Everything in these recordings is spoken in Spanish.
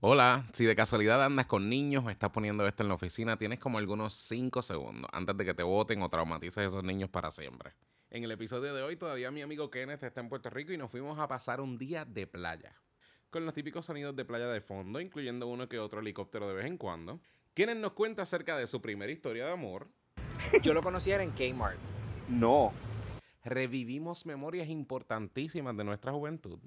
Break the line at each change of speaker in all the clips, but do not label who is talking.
Hola, si de casualidad andas con niños o estás poniendo esto en la oficina, tienes como algunos 5 segundos antes de que te voten o traumatices a esos niños para siempre. En el episodio de hoy todavía mi amigo Kenneth está en Puerto Rico y nos fuimos a pasar un día de playa. Con los típicos sonidos de playa de fondo, incluyendo uno que otro helicóptero de vez en cuando. Kenneth nos cuenta acerca de su primera historia de amor.
Yo lo conociera en Kmart.
No.
Revivimos memorias importantísimas de nuestra juventud.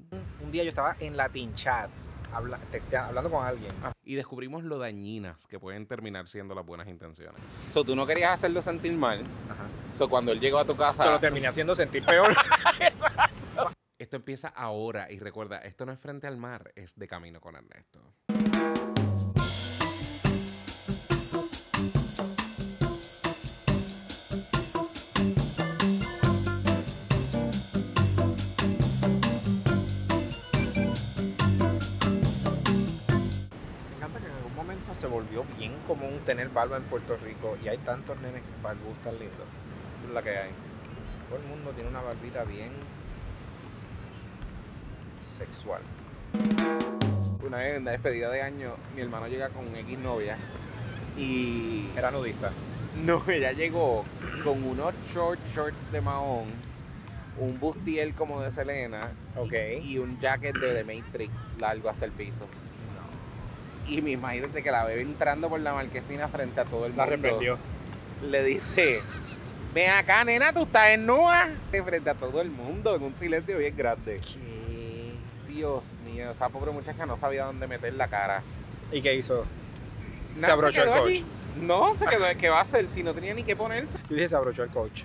Un día yo estaba en Latin Chat, habla- texteando, hablando con alguien.
Y descubrimos lo dañinas que pueden terminar siendo las buenas intenciones.
So, tú no querías hacerlo sentir mal.
Ajá.
So, cuando él llegó a tu casa.
Se lo terminé haciendo sentir peor.
Esto empieza ahora y recuerda, esto no es frente al mar, es de camino con Ernesto.
Me encanta que en algún momento se volvió bien común tener barba en Puerto Rico y hay tantos nenes que barbus tan lindos. Esa es la que hay. Todo el mundo tiene una barbita bien sexual.
Una vez en la despedida de año, mi hermano llega con X novia. Y.
Era nudista.
No, ella llegó con unos short shorts de Mahón, un bustiel como de Selena
Ok.
y un jacket de The Matrix largo hasta el piso. Y me imagínate que la bebé entrando por la marquesina frente a todo el
La
mundo.
reprendió.
le dice, ven acá, nena, tú estás en Nua. Frente a todo el mundo, en un silencio bien grande. Dios mío, esa pobre muchacha no sabía dónde meter la cara.
¿Y qué hizo?
Nada,
abrochó el
quedó
coach.
allí. No, se quedó, ¿qué va a hacer? Si no tenía ni qué ponerse.
Yo dije se abrochó el coach.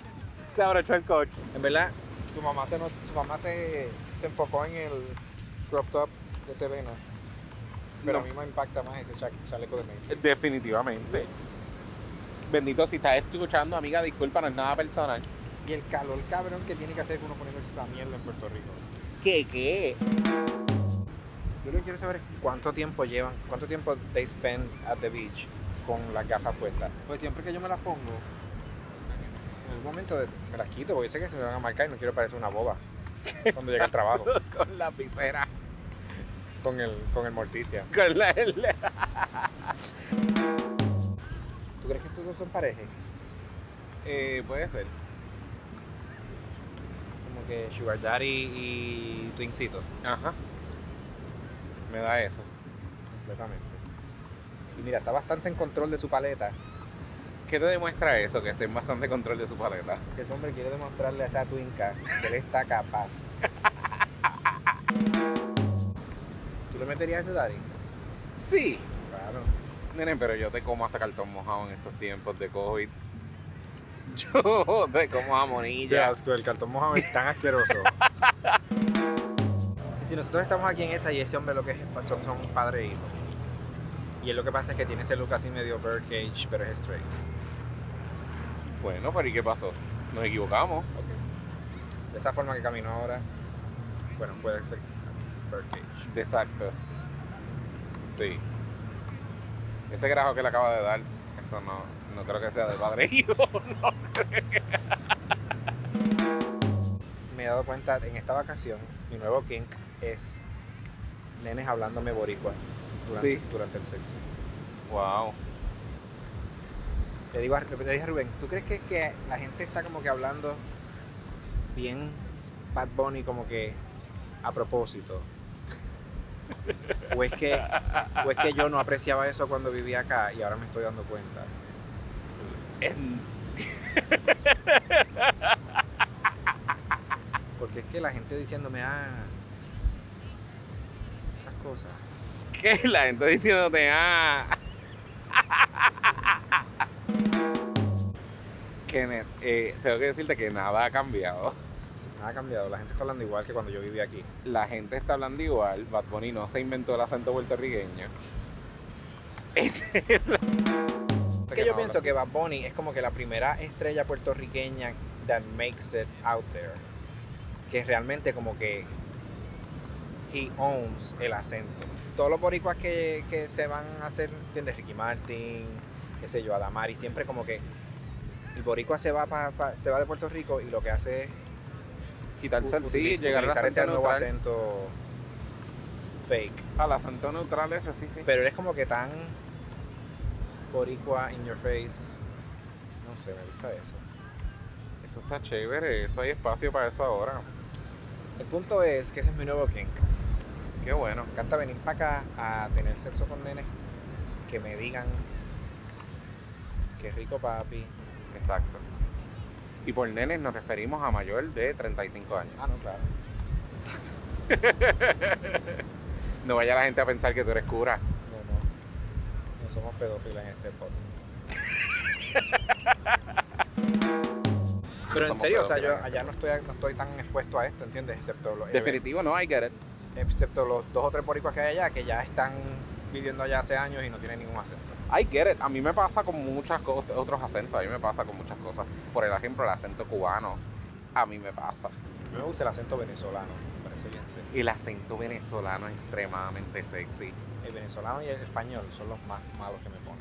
Se abrochó el coche.
En verdad, tu mamá se, no- tu mamá se, se enfocó en el crop top de Selena. Pero
No.
a mí me impacta más ese cha- chaleco de Matrix.
Definitivamente. Bendito, si estás escuchando, amiga, disculpa, no es nada personal.
Y el calor cabrón que tiene que hacer uno poniéndose esa mierda en Puerto Rico.
¿Qué, qué?
Yo lo que quiero saber es cuánto tiempo llevan, cuánto tiempo they spend at the beach con las gafas puestas. Pues siempre que yo me las pongo, en algún momento des- me las quito porque yo sé que se me van a marcar y no quiero parecer una boba cuando llegue al trabajo
Con la piscera.
con el, con el Morticia.
Con la...
¿Tú crees que estos dos son pareja?
Eh, puede ser.
Como que Sugar Daddy y Twincito.
Ajá. Me da eso.
Completamente. Y mira, está bastante en control de su paleta.
¿Qué te demuestra eso? Que esté en bastante control de su paleta.
Que ese hombre quiere demostrarle a esa twinca que él está capaz. ¿Tú le meterías a ese daddy?
Sí.
Claro.
Nene, pero yo te como hasta cartón mojado en estos tiempos de COVID. Yo te como jamonilla.
asco, el cartón mojado es tan asqueroso. si nosotros estamos aquí en esa y ese hombre lo que es son, son padre e hijo. Y él lo que pasa es que tiene ese look así medio birdcage, pero es straight.
Bueno, pero ¿y qué pasó? Nos equivocamos.
De esa forma que camino ahora, bueno, puede ser birdcage.
Exacto. Sí. Ese grajo que le acaba de dar, eso no, no creo que sea de padre e hijo.
Me he dado cuenta en esta vacación, mi nuevo kink es nenes hablándome boricua durante,
Sí.
durante el sexo.
Wow.
Le digo a, le dije a Rubén, ¿tú crees que, que la gente está como que hablando bien Bad Bunny como que a propósito? ¿O es que, o es que yo no apreciaba eso cuando vivía acá y ahora me estoy dando cuenta?
Em,
Porque es que la gente diciéndome, ah, esas cosas.
¿Qué? La gente diciéndote, ah. Kenneth, eh, tengo que decirte que nada ha cambiado.
Nada ha cambiado, la gente está hablando igual que cuando yo vivía aquí.
La gente está hablando igual. Bad Bunny no se inventó el acento puertorriqueño.
Es que yo pienso que Bad Bunny es como que la primera estrella puertorriqueña that makes it out there. Que realmente como que he owns el acento. Todos los boricuas que, que se van a hacer, ¿entiendes? Ricky Martin, qué sé yo, Adamari, siempre como que el boricua se va pa- pa- se va de Puerto Rico y lo que hace es
Quitarse el
u-
sí,
utiliz-
llegar a la
utilizar ese
acento
nuevo
neutral.
acento fake.
A las Santo Neutral ese, sí, sí.
Pero eres como que tan boricua in your face. No sé, me gusta eso.
Eso está chévere, eso hay espacio para eso ahora.
El punto es que ese es mi nuevo kink.
Qué bueno.
Me encanta venir para acá a tener sexo con nenes que me digan qué rico papi.
Exacto. Y por nenes nos referimos a mayor de 35 años.
Ah, no, claro.
No vaya la gente a pensar que tú eres cura.
No, no. No somos pedófilos en este podcast. Pero en
somos este
serio, o sea, yo
pedófilos.
allá no estoy, no estoy tan expuesto a esto, ¿entiendes? Excepto los,
Definitivo, no, I get it.
excepto los dos o tres boricuas que hay allá que ya están viviendo allá hace años y no tienen ningún acento.
I get it. A mí me pasa con muchas cosas, otros acentos, a mí me pasa con muchas cosas. Por ejemplo, el acento cubano, a mí me pasa.
Me gusta el acento venezolano, me parece bien sexy.
El acento venezolano es extremadamente sexy.
El venezolano y el español son los más malos que me ponen.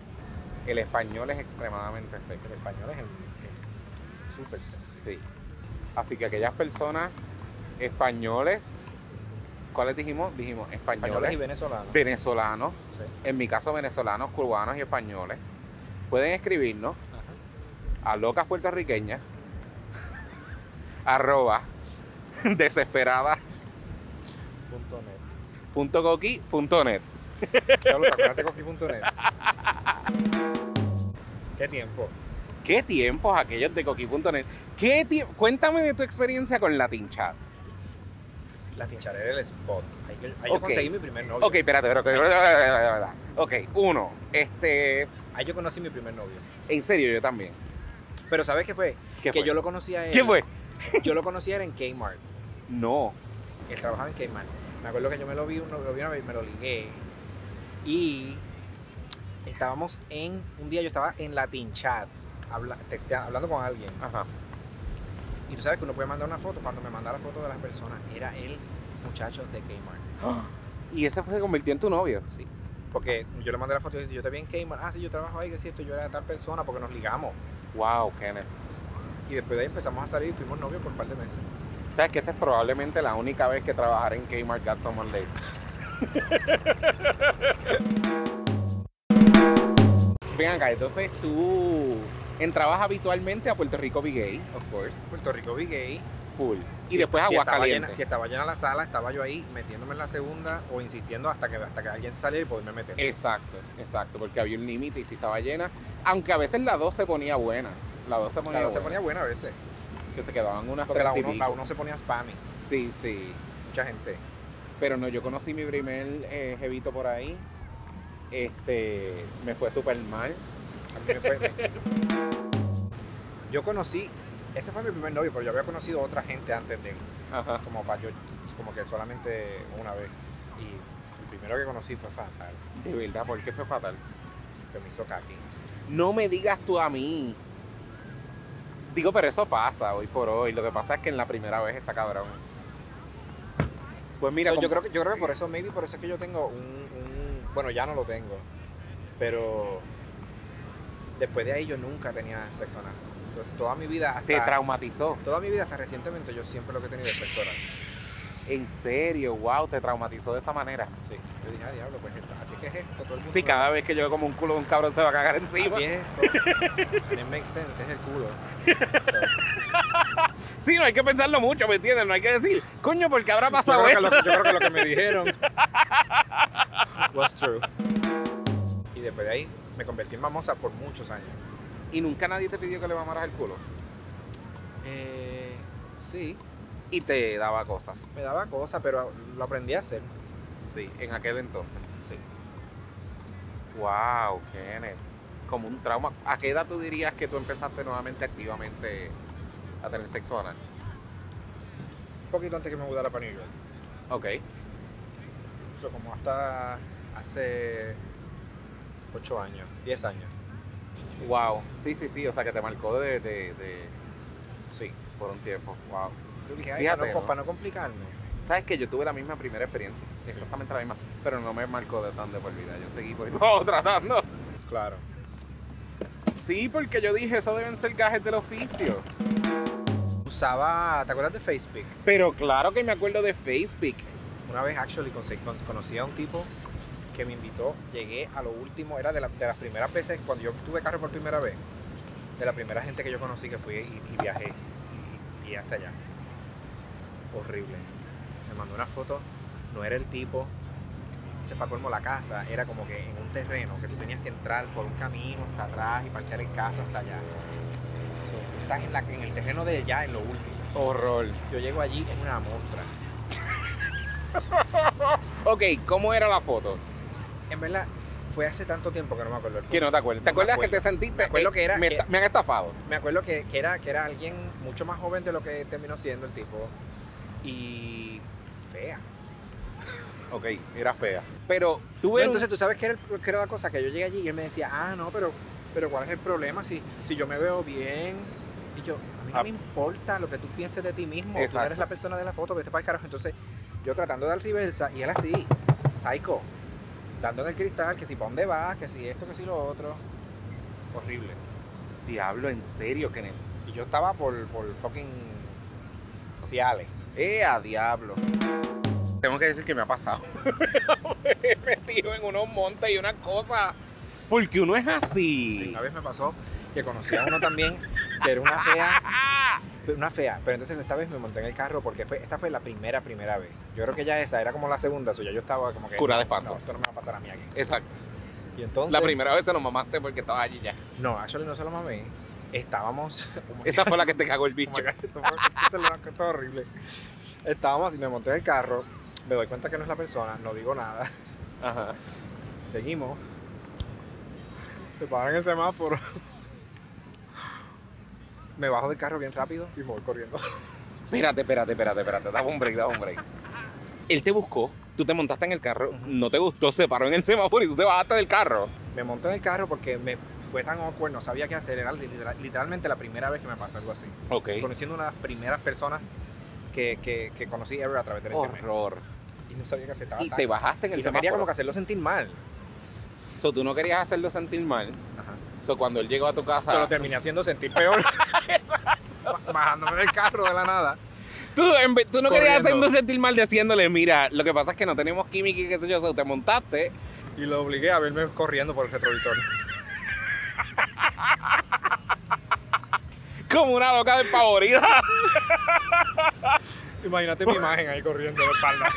El español es extremadamente
El
sexy.
español es el, el super sexy.
Sí. Así que aquellas personas españoles, ¿cuáles dijimos? Dijimos
Españoles y
españoles,
venezolanos.
venezolanos,
Sí.
en mi caso venezolanos, cubanos y españoles. Pueden escribirnos
Ajá.
a locas puertorriqueñas arroba desesperada
Punto net.
punto coqui punto net.
Carlos, acuérdate coqui punto net. ¿Qué tiempo?
¿Qué tiempos aquellos de coqui.net? ¿Qué tie- Cuéntame de tu experiencia con Latin Chat.
La tincharé del spot. Ahí, yo- ahí yo
Ok.
conseguí mi primer novio.
Ok, espérate, pero... pero- Ok, uno, este...
Ahí yo conocí mi primer novio.
En serio, yo también.
Pero ¿sabes qué fue?
¿Qué
que
fue?
yo lo conocí a él.
¿Qué fue?
Yo lo conocí a él en Kmart.
No.
Él trabajaba en Kmart. Me acuerdo que yo me lo vi, uno- lo vi una vez, me lo ligué. Y estábamos en. Un día yo estaba en Latin Chat, habla- textea- hablando con alguien.
Ajá.
Y tú sabes que uno puede mandar una foto. Cuando me mandaba la foto de las personas, era el muchacho de Kmart.
Y ese fue, se convirtió en tu novio.
Sí. Porque yo le mandé la foto y dice, yo te vi en Kmart. Ah, sí, yo trabajo ahí, que si esto, yo era tal persona, porque nos ligamos.
Wow, Kenneth.
Y después de ahí empezamos a salir y fuimos novios por un par de meses.
Sabes que esta es probablemente la única vez que trabajaré en Kmart Got Someone Late. Ven acá, entonces tú entrabas habitualmente a Puerto Rico Be Gay, of course,
Puerto Rico vi gay.
full. Y
Si-
después
si estaba
Aguascalientes.
llena- si estaba llena la sala, estaba yo ahí metiéndome en la segunda o insistiendo hasta que, hasta que alguien se saliera y poderme meter.
Exacto, exacto, porque había un límite y si estaba llena, aunque a veces la 2 se ponía buena. La 2 se ponía
La dos se
buena,
ponía buena a veces.
que se quedaban unas
Porque la
30 y
uno, la
pico.
uno se ponía spammy.
Sí, sí.
Mucha gente.
Pero no, yo conocí mi primer eh, jevito por ahí. Este, me fue súper mal.
A mí me fue- me- Yo conocí, ese fue mi primer novio, pero yo había conocido otra gente antes de él.
Ajá.
Como, para yo, como que solamente una vez. Y el primero que conocí fue fatal.
De verdad, porque fue fatal.
Que me hizo kaki.
No me digas tú a mí. Digo, pero eso pasa hoy por hoy. Lo que pasa es que en la primera vez está cabrón. Pues mira,
So, yo,
como-
creo que, yo creo que por eso, maybe por eso es que yo tengo un, un- Bueno, ya no lo tengo. Pero después de ahí yo nunca tenía sexo anal. To- Toda mi vida hasta.
te traumatizó.
toda mi vida hasta recientemente yo siempre lo que he tenido es sexo anal.
En serio, wow, te traumatizó de esa manera.
Sí. Yo dije, ah, diablo, pues esto. Así que es esto, todo el mundo.
Sí, cada vez que yo como un culo, un cabrón se va a cagar encima.
Así es esto. It makes sense, es el culo. So,
Sí, no hay que pensarlo mucho, ¿me entiendes? No hay que decir, coño, ¿por qué habrá
yo,
pasado
creo que
esto?
lo, yo creo que lo que me dijeron was true. Y después de ahí me convertí en mamosa por muchos años.
Y nunca nadie te pidió que le mamaras el culo.
Eh, sí.
Y te daba cosas.
Me daba cosa, pero lo aprendí a hacer.
Sí, en aquel entonces.
Sí.
Wow, Kenneth. Como un trauma. ¿A qué edad tú dirías que tú empezaste nuevamente activamente a tener sexo anal?
Un poquito antes que me mudara para New York.
Ok.
Eso como hasta hace 8 años, 10 años.
Wow. Sí, sí, sí. O sea, que te marcó de, de- de-
Sí.
por un tiempo. Wow.
Yo dije, ay,
Fíjate,
para, no,
¿no?
para no complicarme.
¿Sabes que Yo tuve la misma primera experiencia. Exactamente la misma. Pero no me marcó de tan de por vida. Yo seguí por igual tratando.
Claro.
Sí, porque yo dije, eso deben ser gajes del oficio.
Usaba, ¿te acuerdas de Facebook?
Pero claro que me acuerdo de Facebook.
una vez actually conse- con- conocí a un tipo que me invitó, llegué a lo último, era de, la- de las primeras veces, cuando yo tuve carro por primera vez, de la primera gente que yo conocí que fui y, y viajé y, y hasta allá. Horrible. Me mandó una foto, no era el tipo, se para colmo la casa, era como que en un terreno que tú tenías que entrar por un camino hasta atrás y parquear el carro hasta allá. So, tú estás en, la- en el terreno de allá, en lo último.
Horror.
Yo llego allí, es una monstrua.
Ok, ¿cómo era la foto?
En verdad, fue hace tanto tiempo que no me acuerdo. el
Que no te acuerdas. ¿Te
No me
acuerdas que
acuerdo.
te sentiste?
Me acuerdo
eh,
que era-
Me,
que-
esta- me han estafado.
Me acuerdo que, que era, que era alguien mucho más joven de lo que terminó siendo el tipo. Y fea.
Ok, era fea. Pero tú
No,
eres
entonces tú sabes que era, el- que era la cosa que yo llegué allí y él me decía, ah, no, pero, pero ¿cuál es el problema? Si, si yo me veo bien. Y yo, a mí no
Ah.
me importa lo que tú pienses de ti mismo. Tú no
Exacto.
eres la persona de la foto, vete para el carajo. Entonces, yo tratando de dar reversa y él así, psycho, dando en el cristal, que si para dónde vas, que si esto, que si lo otro. Horrible.
un diablo en serio, Kenneth.
Y yo estaba por, por fucking Ciales.
¡Eh, a diablo! Tengo que decir que me ha pasado. me he metido en unos montes y unas cosas. Porque uno es así.
Una vez me pasó que conocí a uno también, que era una fea,
¡Ah!
una fea. Pero entonces esta vez me monté en el carro porque fue, esta fue la primera, primera vez. Yo creo que ya esa era como la segunda, suya. Yo estaba como que.
Cura de espanto.
no, esto no me va a pasar a mí aquí.
Exacto.
Y entonces.
La primera vez te lo mamaste porque estabas allí ya.
No, actually no se lo mamé. Estábamos. oh my
Esa fue la que te cagó el
Oh my
bicho.
God, esto fue- esto es lo- esto es horrible. Estábamos así, me monté en el carro, me doy cuenta que no es la persona, no digo nada.
Ajá.
Seguimos. Se paran el semáforo. Me bajo del carro bien rápido y me voy corriendo.
Espérate, espérate, espérate, espérate. Dame un break, dame un break. Él te buscó, tú te montaste en el carro,
Ujú.
no te gustó, se paró en el semáforo y tú te bajaste del carro.
Me monté en el carro porque me fue tan awkward, no sabía qué hacer. Era literal- literalmente la primera vez que me pasó algo así.
Ok.
Conociendo una de las primeras personas que, que- que conocí ever a través del internet.
Horror.
Y no sabía qué hacer. Estaba
Oh, Y
tan-
te bajaste en el
y no quería
semáforo.
como que hacerlo sentir mal.
So, tú no querías hacerlo sentir mal.
Ajá.
So, cuando él llegó a tu casa.
Se lo terminé haciendo sentir peor. Ba- Bajándome del carro de la nada.
Tú, en vez- tú no querías
Corriendo.
hacerlo sentir mal diciéndole, mira, lo que pasa es que no tenemos química y qué sé yo, so, te montaste.
Y lo obligué a verme corriendo por el retrovisor.
Como una loca despavorida.
Imagínate mi imagen ahí corriendo de espalda.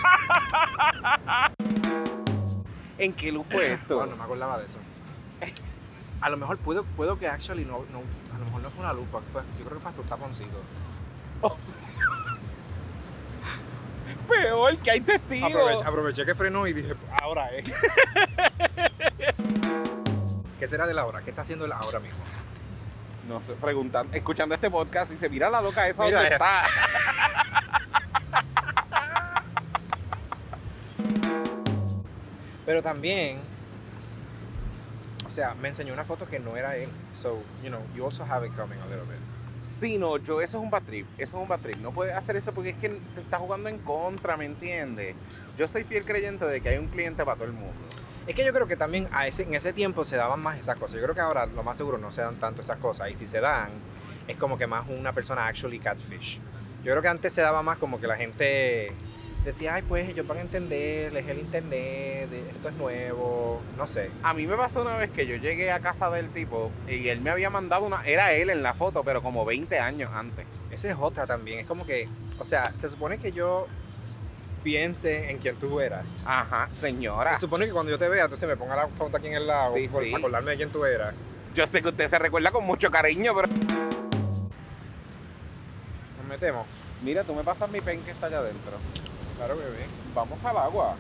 ¿En qué luz fue esto?
No, no me acordaba de eso. A lo mejor puedo, puedo que actually no, no, a lo mejor no fue una luz, fue, fue- yo creo que fue hasta un taponcito.
Peor que hay testigos.
Aproveché, aproveché que frenó y dije, ahora es. ¿Qué será de la hora? ¿Qué está haciendo él ahora mismo?
No sé, preguntando, escuchando este podcast y se mira la loca esa
Mira,
donde
eh.
está.
Pero también, o sea, me enseñó una foto que no era él. So, you know, you also have it coming a little bit.
Sí, no, yo, eso es un bad trip, eso es un bad trip. No puedes hacer eso porque es que te estás jugando en contra, ¿me entiendes? Yo soy fiel creyente de que hay un cliente para todo el mundo.
Es que yo creo que también a ese, en ese tiempo se daban más esas cosas. Yo creo que ahora lo más seguro no se dan tanto esas cosas. Y si se dan, es como que más una persona actually catfish. Yo creo que antes se daba más como que la gente decía, ay, pues ellos van a entender, es el internet, esto es nuevo, no sé.
A mí me pasó una vez que yo llegué a casa del tipo y él me había mandado una, era él en la foto, pero como 20 años antes.
Esa es otra también. Es como que, o sea, se supone que yo piense en quién tú eras.
Ajá, señora.
Se supone que cuando yo te vea, entonces me ponga la foto aquí en el lado
Sí,
por-
sí.
para acordarme de quién tú eras.
Yo sé que usted se recuerda con mucho cariño, pero...
Nos metemos.
Mira, tú me pasas mi pen que está allá adentro.
Claro, bebé.
Vamos al agua.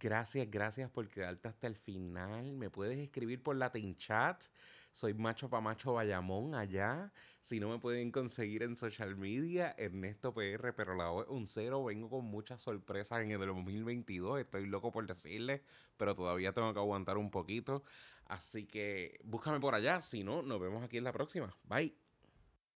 Gracias, gracias por quedarte hasta el final. Me puedes escribir por Latin Chat. Soy Macho Pamacho Bayamón allá. Si no me pueden conseguir en social media, Ernesto PR, pero la O es un cero. Vengo con muchas sorpresas en el 2022. Estoy loco por decirles, pero todavía tengo que aguantar un poquito. Así que búscame por allá. Si no, nos vemos aquí en la próxima. Bye.